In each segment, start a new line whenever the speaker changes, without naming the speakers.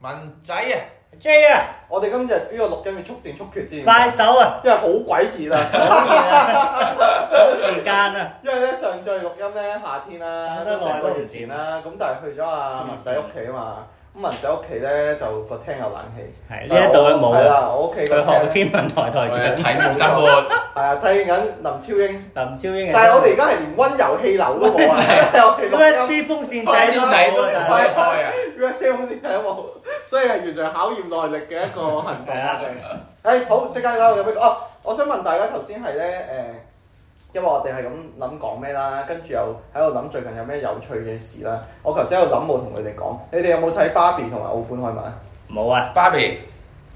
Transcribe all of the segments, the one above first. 文仔啊，
J 啊，
我哋今日呢個錄音要速戰速決先，
快手啊，
因為好鬼熱
好
啦。
嘢啊，冇時間啊，
因為咧上次我哋錄音咧夏天啦，
等
都
得
成
耐
個
都唔
月前啦，咁但係去咗阿文仔屋企啊嘛。咁文仔屋企咧就個廳有冷氣，
係呢一度佢冇
係
啊，
啦，我屋企個
佢學
廳
天文台
我
台
哋
長
睇冇生活，
係啊睇緊林超 英，
林超英啊，
但係我哋而家係連温柔氣流都 冇啊，有氣錄音
USB 風扇
風
掣都
扇仔都
冇
唔可以
啊，大佬
開啊！
USB 風扇係冇，所以係完全考驗耐力嘅一個行動。
係啊
我哋誒好，即刻啦，有咩講？哦，我想問大家頭先係咧誒，因為我哋係咁諗講咩啦，跟住又喺度諗最近有咩有趣嘅事啦。我頭先喺度諗冇同佢哋講，你哋有冇睇芭比同埋澳本海默啊？
冇啊，
芭比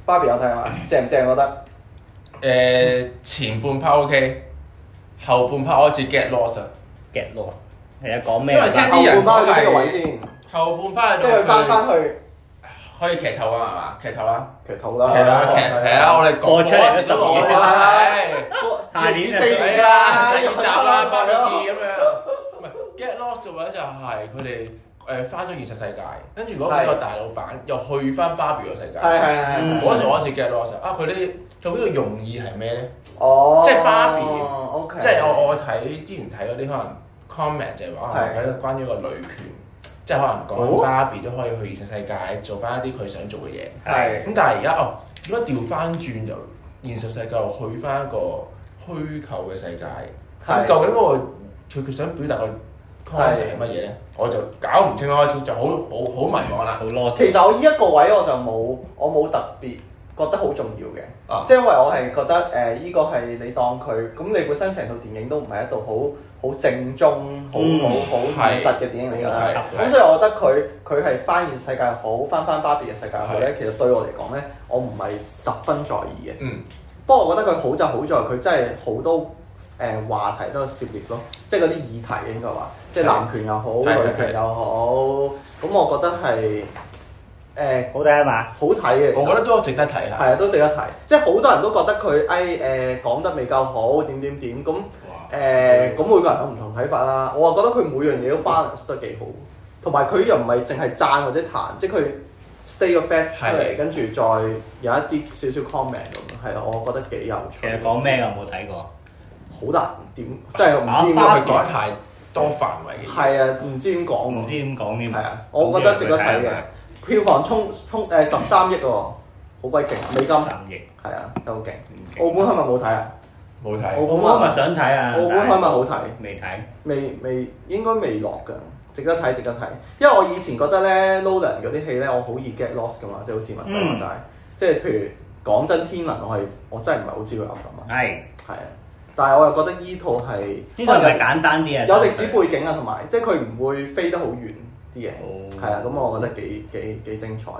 芭比有睇啊嘛，正唔正？我覺得
誒呃前半 part OK，後半 part 開始 get lost 啊，
get lost 係啊，講咩
因為
啊
聽？
後
啲人
半翻
都
去
係
邊個位先？
後半 part
即係佢翻翻去
可以劇透啊，係嘛？劇透啦，
劇啊肚啦，
劇啦，劇係啊啦，我哋
播
講
出嚟
嗰時都
都十
講
年
啊哎
啦
啦。
下
下
年
年
四年
係
㗎
啦，
啦，
第二 集啦，八比二咁樣。唔係 get lost 嘅話咧，就係佢哋誒呃翻咗現實世界，跟住嗰幾個大老闆又去翻芭比個世界。
係係係係
嗰時我開始 get lost 啊！佢哋做呢個用意係咩咧？
哦，
即係芭比
，OK，
即係我我睇之前睇嗰啲可能 comment 就係話
係
可能睇關於個女權，即係可能講緊芭比都可以去現實世界做翻一啲佢想做嘅嘢。
係
咁但係而家哦，如果調翻轉就現實世界又去翻一個虛構嘅世界，咁
係
究竟我佢佢想表達個 concept 係乜嘢咧？我就搞唔清啦，開始就好好好迷茫啦。
好 lost，
其實我呢一個位我就冇，我冇特別覺得好重要嘅，
啊
即係因為我係覺得誒依、個係你當佢，咁你本身成套電影都唔係一套好好正宗、好
嗯
好好現實嘅電影嚟㗎啦。
係
咁所以我覺得佢佢係翻現實世界好，翻翻芭比嘅世界好咧，其實對我嚟講咧，我唔係十分在意嘅。
嗯，
不過我覺得佢好就好在佢真係好多誒、呃、話題都有涉獵咯，即係嗰啲議題應該話，即係
係
男權又好，
係係
女權又好，咁我覺得係誒、呃
好睇啊嘛，
好睇嘅。
我覺得都值得睇下。
係啊，都值得提。即係好多人都覺得佢哎誒誒講得未夠好，點點點咁誒，咁、每個人有唔同睇法啦。我啊覺得佢每樣嘢都 balance 得幾好，同埋佢又唔係淨係讚或者彈，即係佢 stay 個 fact 出嚟，
係
跟住再有一啲少少 comment 咁，係啊，我覺得幾有趣。
其實講咩㗎？我冇睇過，
好難點，真係唔知
因
點
為
啊
講。
佢講得太多範圍嘅嘢。
係啊，唔知點講
我唔
喎。
知點講添
係
啊，
啊，我覺得值得睇
咁
嘅
樣啊。
票房衝衝誒十三億喎，好鬼勁，美金係
三億，
啊，真係好勁。澳
澳
門係咪冇睇啊？
冇
我
睇，
澳門咪想睇啊，
澳本海默好睇，
未睇，
未未應該未落㗎，值得睇值得睇。因為我以前覺得咧 Nolan 嗰啲戲咧，我好易 get lost 㗎嘛，即係好似文仔話
嗯
齋，即係譬如講真天能，我係我真係唔係好知佢噏咁啊，
係
係啊。但係我又覺得依套係
呢個係咪
可
簡單啲啊？
能有有歷史背景啊，同埋即係佢唔會飛得好遠啲嘢，
哦
係啊、咁我覺得幾幾幾精彩。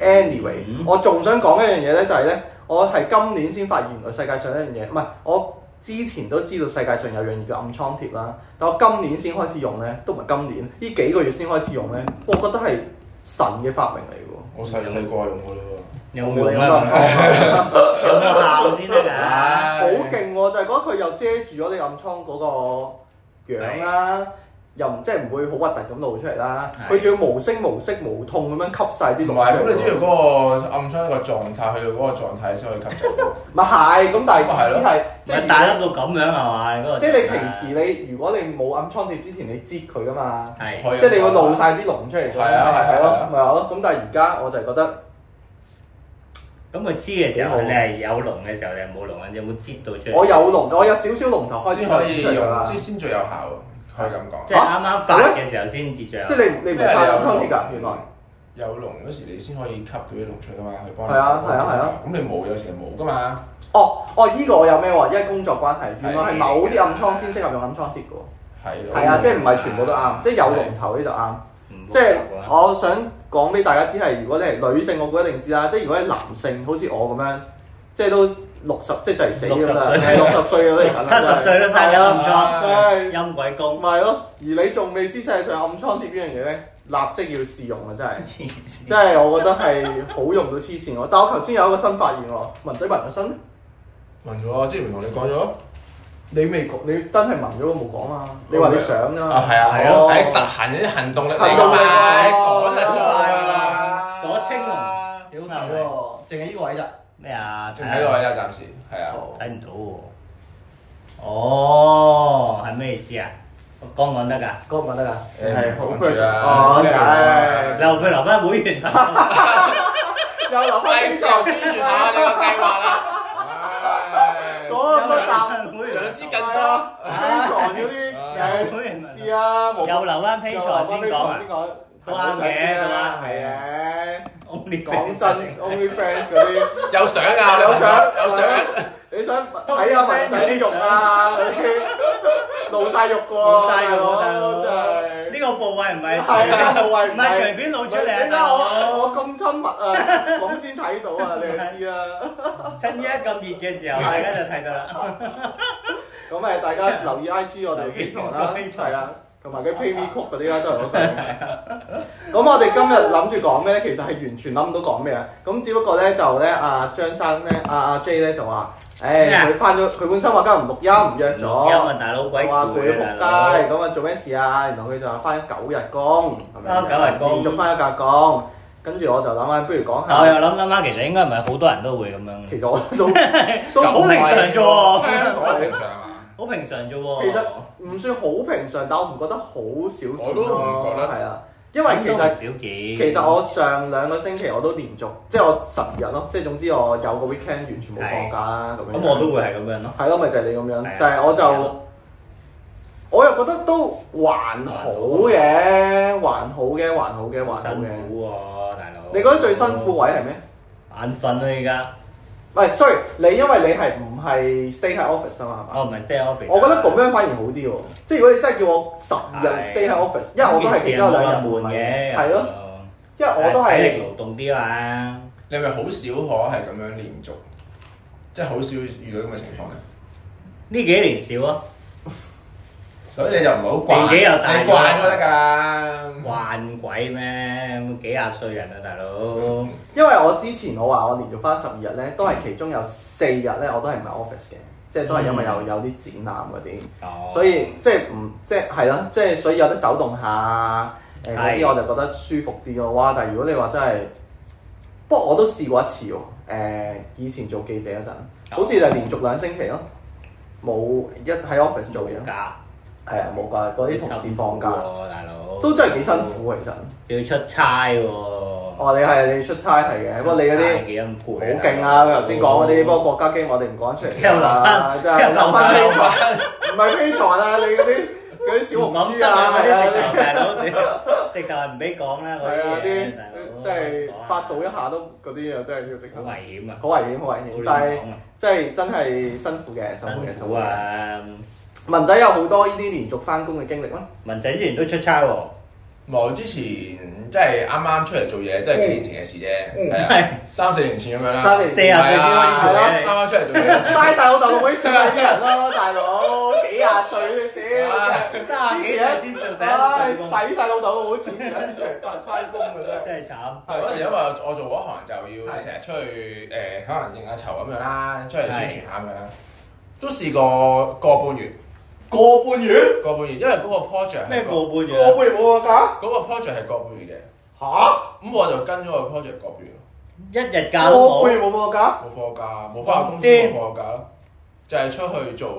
Anyway，、
嗯
我仲想講一樣嘢咧，就係咧，我係今年先發現原來世界上一樣嘢，唔係我之前都知道世界上有樣嘢叫暗瘡貼啦，但我今年先開始用咧，都唔係今年，呢幾個月先開始用咧，我覺得係神嘅發明嚟喎。
我細細個用嘅咯
有冇
我
用
用
啊？
暗瘡，
有冇效先得㗎？
好勁喎！就係覺得佢又遮住咗你暗瘡嗰個樣啦，又唔即係唔會好核突咁露出嚟啦。
係
佢仲要無聲無息無痛咁樣吸晒啲
喎。
毒出嚟
同埋咁
喎。
你都要嗰個暗瘡一個狀態，去到嗰個狀態先可以吸走。
咪係咁，但係
咁哦咪係咯
意思係
唔
即係
係大粒到咁樣係嘛？嗰個
即係你平時你如果你冇暗瘡貼之前，你擠佢噶嘛，
係
可以
即係你會露晒啲膿出嚟㗎嘛，
啊係啊係啊
係
係
咯
啊，
咪係咯。咁但係而家我就係覺得
咁佢黐嘅時候，你係有龍嘅時候，你係冇龍啊？有冇擠到出嚟？
我有膿，我有少少膿頭開始
先
就
可
擠
以
出嚟㗎
用，
啦
先。先最有效啊！可以咁講。
即係啱啱發嘅時候先至最後
即。係你你唔
因為
搽暗瘡
有嗯
貼㗎，原來
有龍嗰時你先可以吸到啲龍出㗎嘛，去幫你。
係啊係啊係啊。
咁你冇有時冇㗎嘛？
哦哦，依個我有咩喎？因為工作關係，原來係
係
某啲暗瘡先適合用暗瘡貼㗎
係
喎。係啊，即係唔係
嗯
全部都啱，即係有膿頭呢就啱。
唔
即係
好話
我想講俾大家知係，如果你係女性，我覺得一定知啦。即係如果係男性，好似我咁樣，即係都六十，即係就嚟死咁啦，
60
係六十歲嗰啲人啦，
七十歲都生咗暗瘡，
真係。
陰鬼
唔
公，
係咯，而你仲未知世界上暗瘡貼呢樣嘢咧，立即要試用啊！真係，
黐線
真係我覺得係好用到黐線我。但我頭先有一個新發現喎，文仔紋個身，
問咗，之前咪同你講咗咯。
你未講，你真係紋咗我冇講嘛？你話你想㗎
啊
嘛？
係啊，
係
啊
喺實行啲行動力嚟
行
㗎
動
嘛
力，啊
講得出
好快
㗎
啊
啦。
左青龍
啊
嘛，
係喎，淨係呢個位咋？
咩啊？
仲喺個位啦，暫時係啊。
哦
睇唔到喎。哦，係咩意思啊？我講講得㗎。
嗰個唔得㗎，
誒
係好
講住
person
啦
哦，係
留佢留翻會員頻道，
有留翻
係
啲
時候宣傳下呢個計劃啦。
講咁多集，
會員頻道
想知更
係
多
啊，非常嗰啲
會員頻道
誒知啊，冇
又留翻 P 才先講啊
先。講，
都啱嘅都啱嘅
係嘅。
Only
講真，OnlyFans 嗰啲。
有相啊，
有相
有相。
你想睇下文仔啲肉啊？嗰啲露晒肉個，
冇曬㗎喎，大
佬
佬
真係。
呢個部位唔係
係啊，部位
唔係隨便露出嚟啊，
點解
大
我
佬
我咁親密啊？咁先睇到啊，你就知啦。
趁依家咁熱嘅時候，大家就睇到啦。
咁誒，大家留意 IG 我哋嘅 P 堂啦，係啊，同埋啲 PayMe 曲嗰啲啦，都係嗰句。咁我哋今日諗住講咩咧？其實係完全諗唔到講咩啊！咁只不過咧就咧，阿張生咧，阿阿 J 咧就話：，誒，
咩啊
佢翻咗，佢本身話今日唔錄音，唔約咗。
因為大佬鬼
話
攰啊，
佢仆
大佬
街，。咁啊做咩事啊？然後佢就話翻咗九日工，係咪
返咗九日工
連續翻咗九日工。跟住我就諗翻，不如講
但我又
下。
諗諗下，其實應該唔係好多人都會咁樣，
其實我 都都
好平常啫喎
香港平常啊，
好平常啫喎。
其實唔算好平常，但我唔覺得好少見咯。
我都唔覺得
係啊，因為其
都唔
實
少見。
其
其
實我上兩個星期我都連續，即係我十二日咯，即係總之我有個 weekend 完全冇放假啦咁樣。
咁我都會係咁樣咯。
係咯，咪就係你咁樣
係啊。
但係我
係啊
就我又覺得都還好嘅，還好嘅，還好嘅，還好
辛
嘅。
苦喎，大佬。
你覺得最辛苦位係咩？
眼瞓啦，依家。
唔係，sorry，你因為你係唔係 stay 喺 office 啊嘛？係嘛
我唔係 Ờ, stay office。
我覺得咁樣反而好啲喎，即係如果你真係叫我十日
係
stay 喺 office，因為我都係其中有兩日唔
悶
係
嘅。
係咯，
咯，
因為我都
體
係
力勞動啲嘛。
你係咪好少可係咁樣連續，即係好少遇到咁嘅情況咧？啊
呢幾年少啊，
所以你就唔好慣，
年紀又大咗
你慣都得㗎啦。
慣鬼咩？咁幾廿歲人啊，大佬。
因為我之前我話我連續翻十二日咧，都係其中有四日咧我都係唔係 office 嘅，即係都係因為有有啲展覽嗰啲。
嗯哦
所以即係唔即係係咯，即係所以有得走動下誒嗰
係
啲我就覺得舒服啲咯。哇！但係如果你話真係，不過我都試過一次喎。誒、以前做記者嗰陣，好似就係連續兩星期咯，冇一喺 office 做嘢
冇
咯，
假，
係啊冇㗎，嗰啲同事放
辛
假
苦喎，大佬
都真係幾辛苦啊其實。
要出差喎。
哦，你係你出差係嘅，不過你嗰啲。
幾咁攰，
好勁啊！佢頭先講嗰啲，不過國家機我哋唔講出嚟啦，真係
哦又留
留
翻
翻
又留
飛
翻
財，唔係飛財啦！你嗰啲嗰啲小
唔
紅
講
書
得
啊，係啊
嗰啲
嗰
直頭，
啲
大佬直頭係唔俾講啦，嗰
係啊，
啲
啲
嘢，哎大佬
即係百度一下都嗰啲啊，真係要直
好
頭
危險啊！
好危險，好危險。但係
à?
即係真係辛苦嘅，辛苦
係
嘅，
辛
辛
苦
苦嘅。
啊！
文仔有好多呢啲連續翻工嘅經歷啦，
文仔之前都出差喎，
我之前即係啱啱出嚟做嘢，即係幾年前嘅事啫，係啊，三四年前咁樣啦。
三四
嗯四廿歲先可以做
係啊
嘢
啊啱啱出嚟做嘢。
嘥晒老豆老妹錢嗰啲人咯，大佬幾廿歲屌
啊
真係，
三十幾歲先做第
唉
一份工
使晒老豆老妹錢，而家先出嚟發差工嘅啫。
真係慘。
嗰陣時因為我做嗰行就要
係
成日出去誒、可能應下酬咁樣啦，出去宣傳下咁樣啦，都試過個半月，
個半月，
個半月，因為嗰個 project 係
咩
個
個半月
個
啊？
半月冇放假
嗰個 project 係個半月
嚇？
嘅，咁我就跟咗個 project 個半月，
一日假都
個半
冇，
月冇放假？
冇放假，冇翻公司
癲
冇放假咯，就係出去做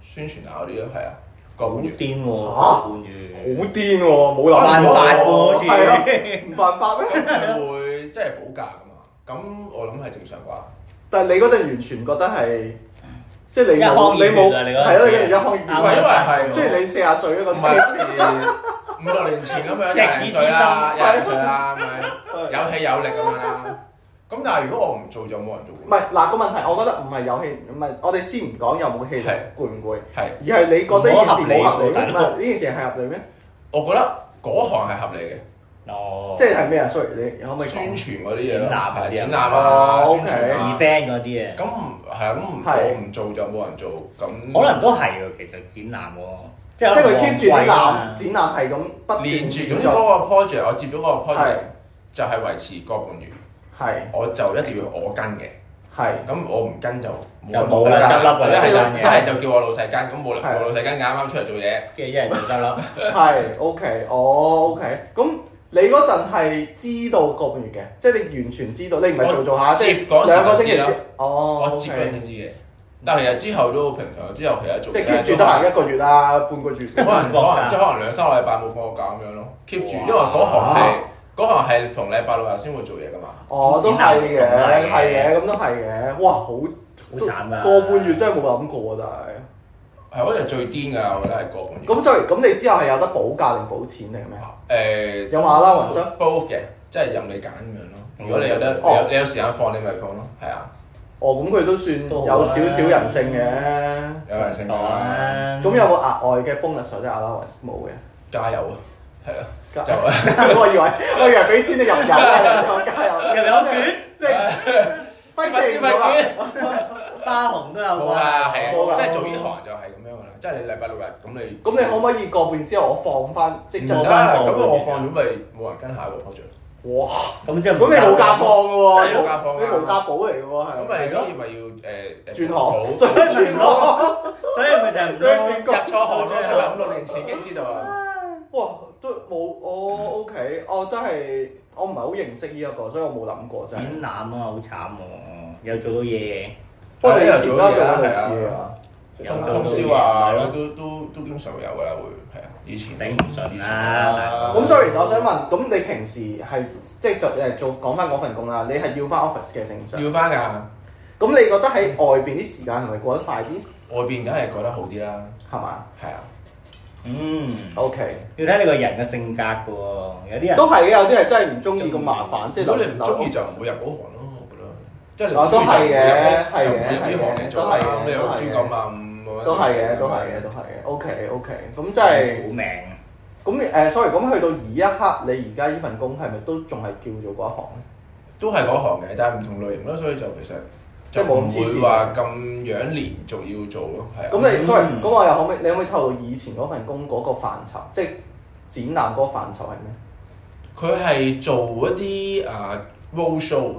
宣傳啊嗰啲咯，係啊，個
好
半月
癲。喎！個
嚇
半
好
月
癲喎，冇諗
犯
過
法喎，好似
係咯，唔犯法咩？
咁佢會即係補假噶嘛？咁我諗係正常啩。
但係你嗰陣完全覺得係，即係你
一腔
冇
熱
你
血啊
冇
你嗰陣
係咯，
時
一腔熱
唔
啱
係
血。
因為係
雖然你四廿歲一個
唔
時
係當時五六年前咁樣廿零歲啦，廿零歲啦，係咪？有氣有力咁樣啦。咁但係如果我唔做就冇人做
唔
嘅。
係嗱個問題，我覺得唔係有氣，唔係我哋先唔講有冇氣力
係
攰唔攰，
係，
而係你覺得呢件事
唔
冇
合
合
理喎
理咩？
大
唔
佬
係呢件事係合理咩？
我覺得嗰行係合理嘅，
哦，
即係係咩啊？sorry，你可唔可以
宣
講？
傳嗰啲嘢咯，
展覽嗰啲啊
係展覽啊，
哦
宣
，OK
傳啊。
event 嗰啲啊
咁，唔係啊，咁唔
係
我唔做就冇人做，咁
可能都係喎，其實展覽喎，即
即
係
係佢 keep 住啲
啊
男展覽係咁不斷
連住總
咁
之嗰
做，
個 project，我接咗嗰個
係
project 就係維持個半月，
係
我就一定要我跟嘅。
係。
咁我唔跟就
就
份
冇
工
啦，
㗎
執笠㗎啦，
一
呢單
係就一
嘢，
係就叫我老細跟，咁冇理由
係
我老細跟啱啱出嚟做嘢。
跟住一係就執笠。
係，OK，哦，OK，咁你嗰陣係知道個半月嘅，即係你完全知道，你唔係做做下，
我
即
接嗰
係
時
兩個
就
星期
知啦
之。哦，
我接嗰陣
OK
先知嘅，但係其實之後都好平常，之後其實做
即係
其他
keep 住
都
得閒一個月啊，半個月。
可能可能
放假
即係可能兩三個禮拜冇放過假咁樣咯，keep 住，
哇
因為嗰行係嗰行係同禮拜六日先會做嘢噶嘛。
哦，都係嘅，
展覽咁係嘅
係嘅，咁都係嘅。哇，好
好慘㗎。
啊
個半月真係冇諗過啊！
係嗰陣最癲㗎啦，我覺得係個半
但
月。
係咁，sorry，咁你之後係有得補價定補錢定係咩？啊
誒
有馬啦啊雲商
both 嘅，即係任你揀咁樣咯。如果你有得你
哦
有你有時間放，你咪放咯，係啊，
哦，咁佢都算
都好啊
有少少人性嘅。
有人性
講
㗎啦，
啦。
咁有冇額外嘅 bonus 或者 allowance 冇嘅？
加油啊，係啊，
加
就
我以為我以為俾錢你入油啊，加油
入油券，
即係
消
揮
費
地唔到啊
券。
花紅都有
冇啊，係
冇啊
啊，即係做呢行就係咁樣噶啦，即係你禮拜六日咁你。
咁你可唔可以個半月之後我放翻即係
唔
冇
得
啊
啦，
冇
哦咁
啊
我放咗咪冇人跟下一個 project，
哇！
咁即係
咁你冇假放嘅喎，
冇假放
你
㗎
無價寶嚟嘅喎，係
咁咪所
咯
以咪要誒呃
轉
行
行，所以 轉行，
所以咪就係唔
所以轉
入
角
錯行咗係咪五六年前已經知道啊？
哇，都冇我 OK，我真係我唔係好認識呢一個，所以我冇諗過真係。
展覽啊，好慘喎，又做到嘢，
不過你以前都做過類似嘅啊，
有
通
做到
通
嘢
宵啊
係，咯
都都都經常會有噶啦，會係啊，以前
頂唔順
啊
啦。
咁 sorry，我想問，咁你平時係即係就誒做講翻嗰份工啦，你係要翻 office 嘅正常。
要翻㗎，
咁你覺得喺外邊啲時間係咪過得快啲？
外邊梗係覺得好啲啦，
係嘛
係啊，
嗯，
？OK，
要睇你個人嘅性格嘅喎，有啲人
都係嘅，有啲係真係唔中意咁麻煩，即係
如果你唔
留
中意就唔會入嗰行咯，我覺得。即係你
哦
唔中意就唔會
都係嘅係嘅
入就唔會入呢行嚟做
係
啦，
嘅
你又
都係嘅
朝九晚五咁樣
都係嘅，啊都係嘅，都係嘅。OK OK，咁即係。
好命。
咁誒，sorry，咁去到而一刻，你而家呢份工係咪都仲係叫做嗰一行咧？
都係嗰行嘅，但係唔同類型咯，所以就其實
即係
就
冇
唔
咁黐線
會話咁樣連續要做咯，係啊。
咁你
嗯
sorry，咁我又可唔可以？你可唔可以透露以前嗰份工嗰個範疇，即係展覽嗰個範疇係咩？
佢係做一啲啊 road show，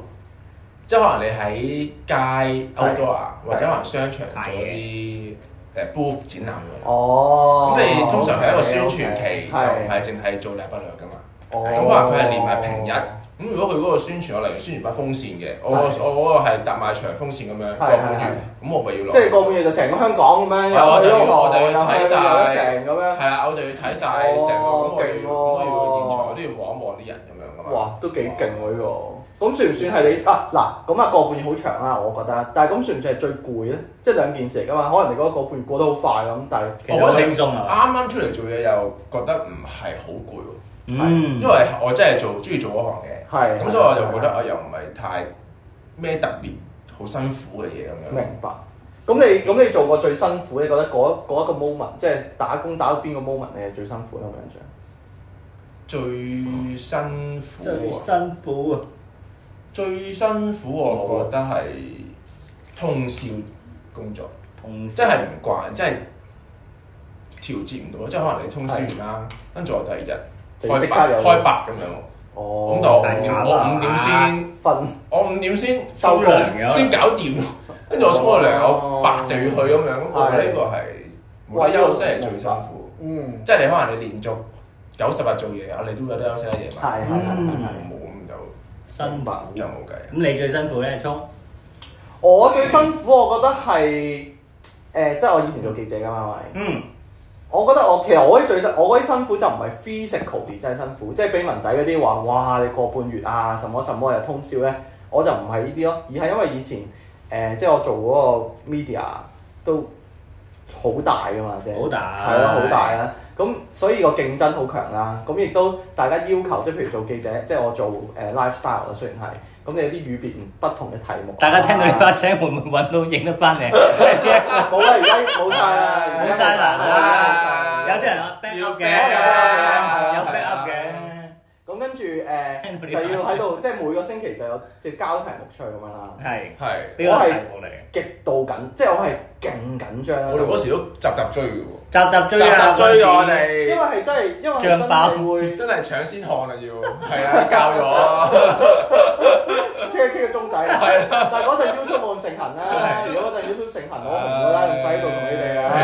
即係可能你喺街 outdoor 啊，或者可能商場做一啲誒 booth 展覽咁樣。
哦，
咁你通常係一個宣傳
OK，OK，
期，就唔係淨係做禮拜六日噶嘛。
哦
咁話佢係連埋平日。咁如果佢嗰個宣傳，我例如宣傳把風扇嘅，我
係
我嗰個係搭埋長風扇咁樣
係
個半
係係
月，咁我咪要落
即係個
去
半夜就成個香港咁樣，
係我
有
就要
香港，
我就要睇晒
有成咁樣，
係啊，我就要睇晒成個，咁
哦
我要
勁喎
咁我要現場都要望一望啲人咁樣噶嘛。
哇，都幾勁喎呢個！咁算唔算係你啊嗱？咁啊個半月好長啦，我覺得。但係咁算唔算係最攰咧？即係兩件事嚟噶嘛。可能你嗰個半月過得好快咁，但係
其
我
實
嗰
好
時
輕鬆啊，
啱啱出嚟做嘢又覺得唔係好攰喎，
嗯，
因為我真係做中意做嗰行嘅，
係
咁所以我就覺得我啊又唔係太咩特別好辛苦嘅嘢咁
明
樣。
白。咁你咁你做過最辛苦，你覺得嗰嗰一個 moment，即係打工打到邊個 moment 你係最辛苦咧？有冇印象？
最辛苦
最
啊，
辛苦啊，
最辛苦我覺得係通宵工作，
同
真係唔慣，真係調節唔到咯。即係可能你通宵完啦，跟住我第二日
就即
開白
刻有
開白咁樣喎。
哦
咁就我
大
五
炒
點
啊
我五點先，
瞓
我五點先
收
工
先先搞掂，跟住我沖個涼，
哦
我八就要去咁樣，咁我覺得呢個係冇得休息係最辛苦，
嗯
即係你可能你連續九十日做嘢啊，你都有得休息一夜
係
晚，
係
冇
係
嗯
係。
咁就
辛苦。
就
咁
冇計啊。
你最辛苦咧，聰
我最辛苦，我覺得係誒，即係我以前做記者噶嘛，係咪？
嗯，
我覺得我其實我啲最辛，我嗰啲辛苦就唔係 physically 真係辛苦，即係俾文仔嗰啲話，哇你個半月啊，什麼什麼又通宵咧，我就唔係呢啲咯，而係因為以前誒、呃即係我做嗰個 media 都好大噶嘛，即係
好大
係咯，好大啊！咁所以個競爭好強啦，咁亦都大家要求，即係譬如做記者，即係我做誒、呃 lifestyle 啦，雖然係，咁你有啲與別不同嘅題目啊，
大家聽到你把聲會唔會揾到認得 翻你？
冇啦，而家冇晒啦，啊而家
冇晒啦
冇晒啦
有啲人話 back up 嘅，有 back up 嘅，
咁跟住誒、呃
聽到呢
就
個
要喺度，即係每個星期就有即係交題目出去咁樣啦，
係
係，
呢個題目嚟
極度緊，即係我係勁緊張啊啦
我哋嗰時都集集追嘅喎，
嘅，集集
集
追啊，
集追我
因為
哋，
係真係，因為係真
漲爆
係會
真係搶先看啊要，係啊教咗，
傾一傾個鐘仔，
係啊，
但係嗰陣 YouTube 冇咁盛行啦。如果嗰陣 YouTube 盛行，我唔會啦，唔使喺度同你哋啦。
啊係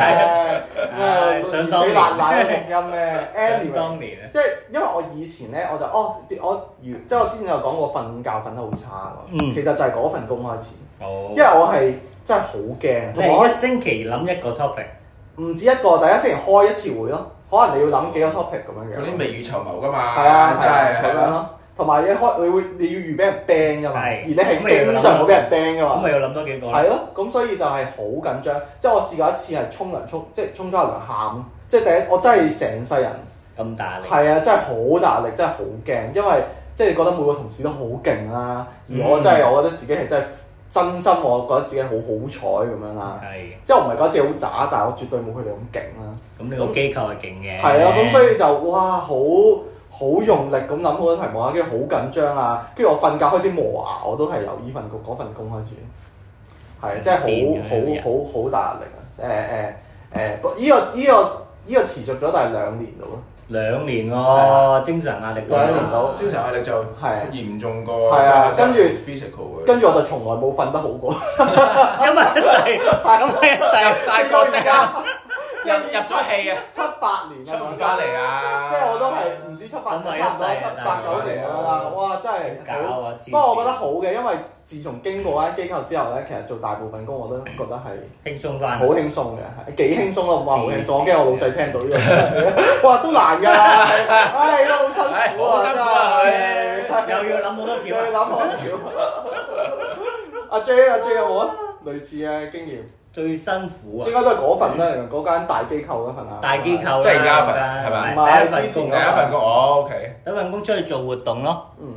咁啊，
係想當
死
年
辣奶嘅錄音咧
想
，anyway
當。年啊，
即係因為我以前咧，我就哦，我如即係我之前有講過瞓覺瞓得好差喎，
嗯
其實就係嗰份工開始，
好
因為，我係真係好驚，
你
同埋我
係一星期諗一個 topic，
唔止一個，第一星期開一次會咯，可能你要諗幾個 topic 咁樣
嗰
樣。
啲未雨綢繆噶嘛，
係啊，係啊，
真
咁
係
樣咯。同埋你開，你會你要預俾人 ban 噶嘛，
係
而你係經常會俾人 ban 噶
咁
嘛
咪。要諗多幾個啦
係。咯，咁所以就係好緊張。即係我試過一次係沖涼沖，即係沖咗下涼喊咯。即係第一，我真係成世人
咁大力，
係啊，真係好大壓力，真係好驚，因為即係覺得每個同事都好勁啦，而我真係我覺得自己係真係真心，我覺得自己好好彩咁樣啦。
係
即係我唔係覺得自己好渣，但係我絕對冇佢哋咁勁啦。
咁你個機構係勁嘅。
係啊，咁所以就哇，好好用力咁諗好多題目啊，跟住好緊張啊，跟住我瞓覺開始磨牙，我都係由呢份工嗰份工開始，係啊，真係
癲嘅呢
好好好好大壓力啊！誒誒誒，不依個依個依個持續咗大概兩年度咯，
兩年
係啊
喎，精神壓力都
兩
好
年
大
到，精神壓力就
係啊
嚴重過，
係啊
真
跟
係
住
physical 嘅，
跟住我就從來冇瞓得好過，
咁咪一世，咁咪一世。
晒角色啊，入入咗戲啊，
七八年
出唔
啊，
翻嚟啊，
即係我都係唔止七八
咁咪
年，
一
差唔多
世
七
啊
八九年
大佬
啦，哇！真係
搞
好。
啊！
不過我覺得好嘅，因為自從經過間機構之後咧，其實做大部分工我都覺得係。
得輕鬆翻，
好輕鬆嘅，幾輕鬆咯，哇！好輕鬆，我驚我老細聽到呢個，哇都難㗎，唉都好辛苦啊，真係，
又要諗好多
又
條
要
啊。
諗我條。阿 J 阿 J 有冇啊？類似嘅經驗，
最辛苦啊
應！該都係嗰份啦，嗰間大機構嗰份啊，
大機構啦，
即係而家份
我覺得
係咪
唔係
第一份
之前
第
工
一，份工我 OK，
第一份工出去做活動咯。
嗯，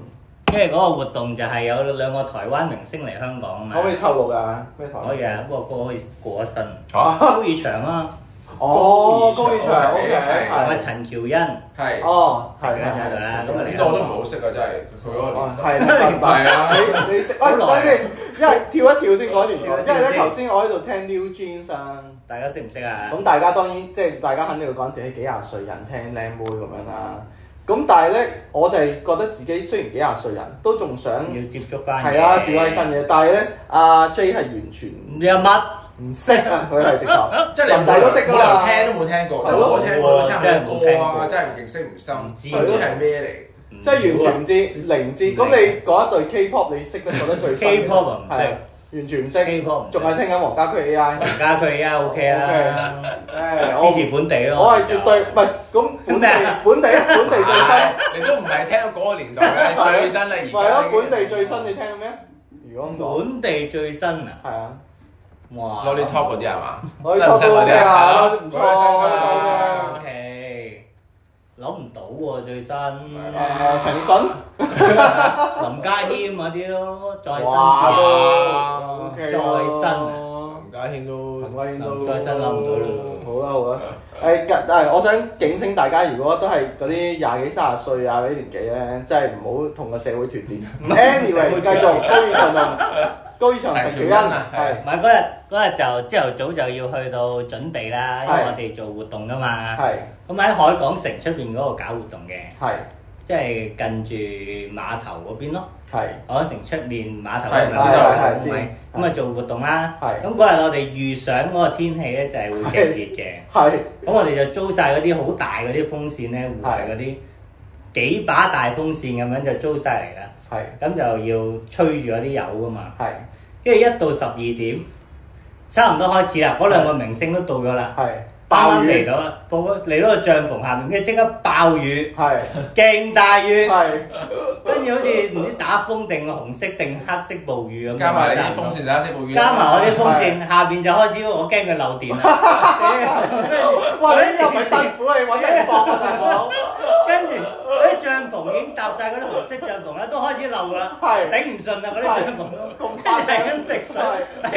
跟住嗰個活動就係有兩個台灣明星嚟香港啊嘛
可唔。可以透露㗎？咩台？
可以啊，不過嗰個可以過 咗身。
嚇
高以翔啊，
哦，高以翔，OK，
同埋
係，
陳喬恩，
係，
哦，係哦
咁我都唔好識啊，真係佢嗰個年代。
係明白。
係啊，
你你食喂
好耐啊
等先，一係跳一跳先講年代，
跳一
因
跳
為咧
先
頭先我喺度聽 New Jeans 啊，
大家識唔識啊？
咁大家當然即係大家肯定會講自己幾廿歲人聽靚妹咁樣啦。咁但係咧，我就係覺得自己雖然幾廿歲人，都仲想
要接觸翻。
係啊，自威新。嘢。但係咧，阿 J 係完全
你有乜？
唔識啊，佢係直頭，
即係你
林仔都識㗎啦
冇理由聽都冇聽過，但我聽過都聽下歌啊，真係認識唔深，
唔知
唔知係咩嚟。
即係完全唔知零知。咁你嗰一隊 K-pop 你識得覺得最新嘅
K-pop 啊唔識
係啊完全唔識，
K-pop 唔識
仲係聽緊黃家駒 AI。
加佢啊 OK 啊，
誒，我
支持本地咯。
我係絕對唔係咁本
咩
地
啊
本 地本地最新，
你都唔係聽到嗰個年 代嘅最新啦，而
唔
家。
係咯本地最新你聽嘅咩？如果咁講，
本地最新啊，
係啊，
哇
l o l l i Top 嗰啲係嘛？
我哋
新唔
top
新
都
嗰
OK
啲
啊，
啊
都唔錯
係
OK，諗唔到喎最新，
誒陳奕迅，
林家謙嗰啲咯，再
哇
新
都 OK
再新
啊
林家軒都
陳威都
再新諗唔到啦
好啦好啦，誒近誒，我想警醒大家，如果都係嗰啲廿幾三十歲啊嗰啲年紀咧，真係唔好同個社會 脱節。Anyway，繼續高以翔同高以翔陳喬恩啊，係
唔係嗰日嗰日就朝頭早就要去到準備啦，因為
係
我哋做活動噶嘛。
係
咁喺海港城出邊嗰度搞活動嘅，
係
即係近住碼頭嗰邊咯。
係。
海港城出面碼頭
係
嗰邊
係係知
咪咁啊做活動啦。
係
咁嗰日我哋遇上嗰個天氣咧就係會勁熱嘅，
係
咁我哋就租晒嗰啲好大嗰啲風扇咧，戶外嗰啲幾把大風扇咁樣就租晒嚟啦。
係
咁就要吹住嗰啲油噶嘛。
係
跟住一到十二點，差唔多開始啦，嗰兩個明星都到咗啦，
係
啱
暴
啱嚟
雨
到啦，報咗嚟到個帳篷下面，跟住即刻暴雨，
係
勁大雨，
係
跟住好似唔知打風定紅色定黑色暴雨咁。
加埋你啲風，扇打啲暴雨，
加埋我啲風扇，下邊就開始我驚佢漏電 啦。
哇！你又唔係辛苦，你揾咩放啊， 大佬？
跟住嗰啲帳篷已經搭晒嗰啲紅色帳篷啦，都開始漏啦，
係
頂唔順啦嗰啲帳篷都。
咁
跟住
誇
係咁滴
張，
水，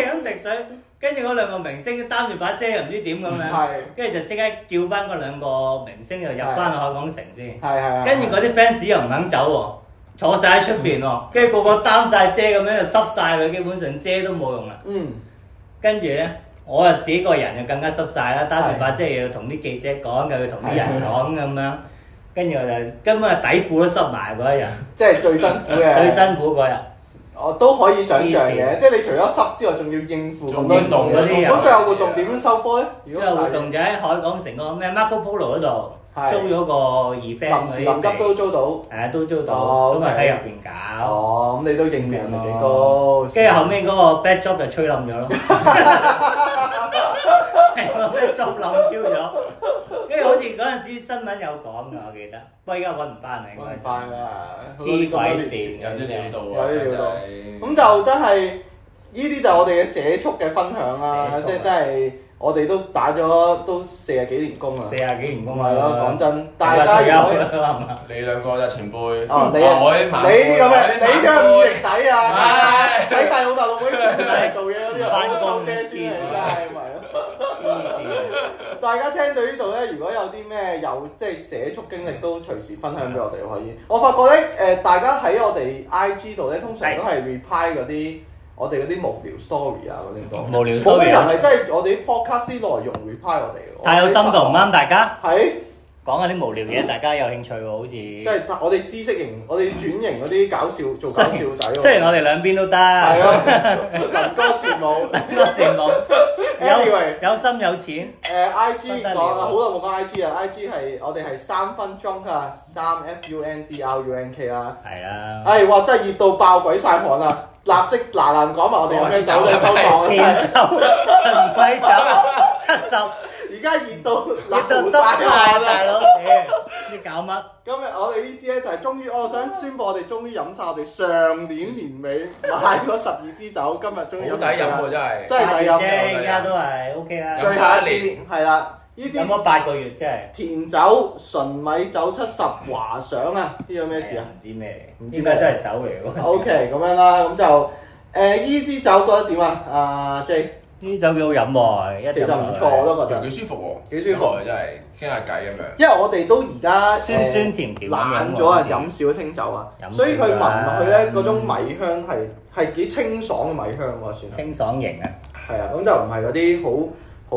係咁滴水，跟住嗰兩個明星擔住把遮又唔知點咁樣，
係
跟住就即刻叫翻嗰兩個明星又入翻去海港城先，
係係。
跟住嗰啲 fans 又唔肯走喎，坐晒喺出邊喎，跟住個個擔晒遮咁樣就濕晒佢，基本上遮都冇用啦。
嗯
跟住咧，我啊自己個人就更加濕晒啦，擔住把遮又要同啲記者講，又要同啲人講咁樣，跟住我就根本係底褲都濕埋嗰一日，
即係最辛苦嘅。
最辛苦嗰日。
我哦都可以想像
黐
嘅，即係你除咗濕之外，仲要應付咁
仲
多
要動
嗰啲人
咁最後活動點樣收科咧？如
都
果
有
大
活動就喺海港城嗰個咩 Marco Polo 嗰度
係
租咗個 event
臨時臨急都租到，
誒都租到，
哦
咁咪
OK
喺入邊搞。
哦，咁你都應變能力幾高，
跟住後尾嗰個 bad job 就吹冧咗 咯，成個 bad job 冧飄咗。跟住好似嗰陣時新聞有講㗎，我記得，不過而家揾唔翻嚟。應該
咁快啦，
黐鬼線
有啲料到
有
啊，
啲
真
料到
係。
咁就真係呢啲就我哋嘅社畜嘅分享啦
社，畜啊
即係真係我哋都打咗都四十幾年工啦
四，廿幾年工啊
係咯，講真，大
有
家
退
如果
休啦嘛。
你兩個就前輩，
哦，你
我
啊，
啲
你
盲
啲咁嘅，
輩
你啲係五翼仔啊
唉，
使晒老豆老母啲錢嚟做嘢嗰啲，
翻
好收
工
爹先
黐線
啊，真係咪啊？大家聽到呢度咧，如果有啲咩有即係寫速經歷，都隨時分享俾我哋可以。我發覺咧，誒、大家喺我哋 I G 度咧，通常都係 reply 嗰啲我哋嗰啲無聊 story 啊嗰啲多。
無聊
冇咩人
story，
係真係我哋啲 podcast 啲內容 reply 我哋嘅。
太有深度唔啱大家。
係，
講下啲無聊嘢，大家有興趣喎，好似。即
即係我哋知識型，我哋轉型嗰啲搞笑做搞笑仔喎。
雖然我哋兩邊都得，
係咯，能歌善舞。
多羨慕，
Anyway
有有心有錢，
誒 I G
不得
講啊
了
好耐冇講 I G 啦，I G 係我哋係三分鐘㗎，三 F U N D R U N K 啦。
係啦，
唉，哇！真係熱到爆鬼晒汗啊！立即嗱嗱講埋我哋有咩酒嘅收檔
天
啊！
州神鬼酒七十，
而家熱 到
你都
流晒
濕晒
汗
大
啊！
佬，屌你搞乜？
今日我哋呢支咧就係終於，我想宣布我哋終於飲晒我哋上年年尾買嗰十二支酒，今日終於
好
飲
抵
晒
飲
啦
喎，真係。
真係抵飲！
啫，依家都係 OK à. 啦，
最後一支係啦，呢支
飲咗八個月真係。
甜酒純米酒七十華想啊！呢個咩字啊？
唔知咩嚟？
唔
唔
知
知
咩
咩都係酒嚟喎。
O K，咁樣啦，咁就誒，E 依支酒覺得點啊？阿 J，
呢酒幾好飲喎，一啊
其
飲
實
落
唔
去
錯，我都覺
又
得，
幾舒服喎，
幾舒服
飲落嚟真係傾下偈咁樣。
因為我哋都而家
酸
誒
酸甜甜咁樣喎
懶咗啊，飲少清酒啊，
飲少
所以佢聞落去咧
啦
嗰種米香係係幾清爽嘅米香喎，算係
清爽型啊！
係啊，咁就唔係嗰啲好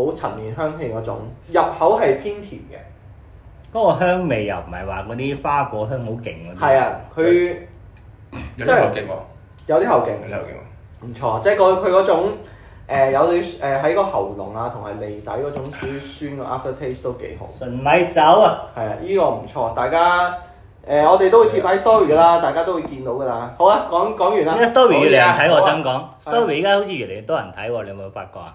好陳年香氣嗰種，入口係偏甜嘅，
嗰個香味又唔係話嗰啲花果香好勁嗰啲。
係啊，佢
嗯
有
真
啲
係
後勁喎，
有啲後勁，
有啲後勁喎。
唔錯，即係個佢嗰種。誒、有啲誒喺個喉嚨啊，同埋脷底嗰種少少酸嘅 after taste 都幾好。
純米酒啊！
係啊，呢個唔錯，大家誒、我哋都會貼喺
啊
story 噶啦，大家都會見到噶啦。好啦，講講完
依家
啦。
story 越嚟越睇，
好嘢
我
啊
想講 story 依家好似越嚟越多人睇喎，你有冇發覺啊？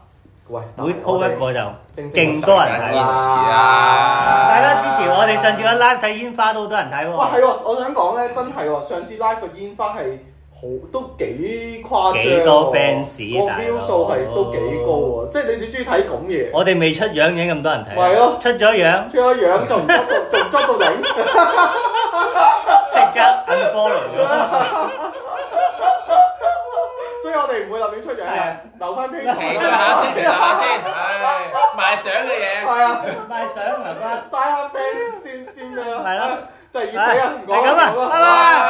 喂，
每 po 一個就
正正
勁多人
大家
睇
支持
喎，
啊！
大家支持我哋上次嗰 live 睇煙花都好多人睇
哇，係
喎，
喎，我想講咧，真係喎，上次 live 個煙花係好都幾誇張喎，
幾多 fans，啊
個
大佬
view 數係都幾高喎，即係你哋中意睇咁嘢，
我哋未出樣已經咁多人睇
咪咯
啦，出咗樣
出咗樣就唔執到，仲執到頂。
即刻 unfollow 咗，
所以我哋唔會立亂出樣
係
嘅
啊，
留翻 P
期待
圖
下先，期待下先。唉，賣相嘅嘢，
係啊，
賣相留翻，
帶下 fans 先先咩啊？
係咯，
就係熱死啊！唔講
係咁啊
唔講啦
拜拜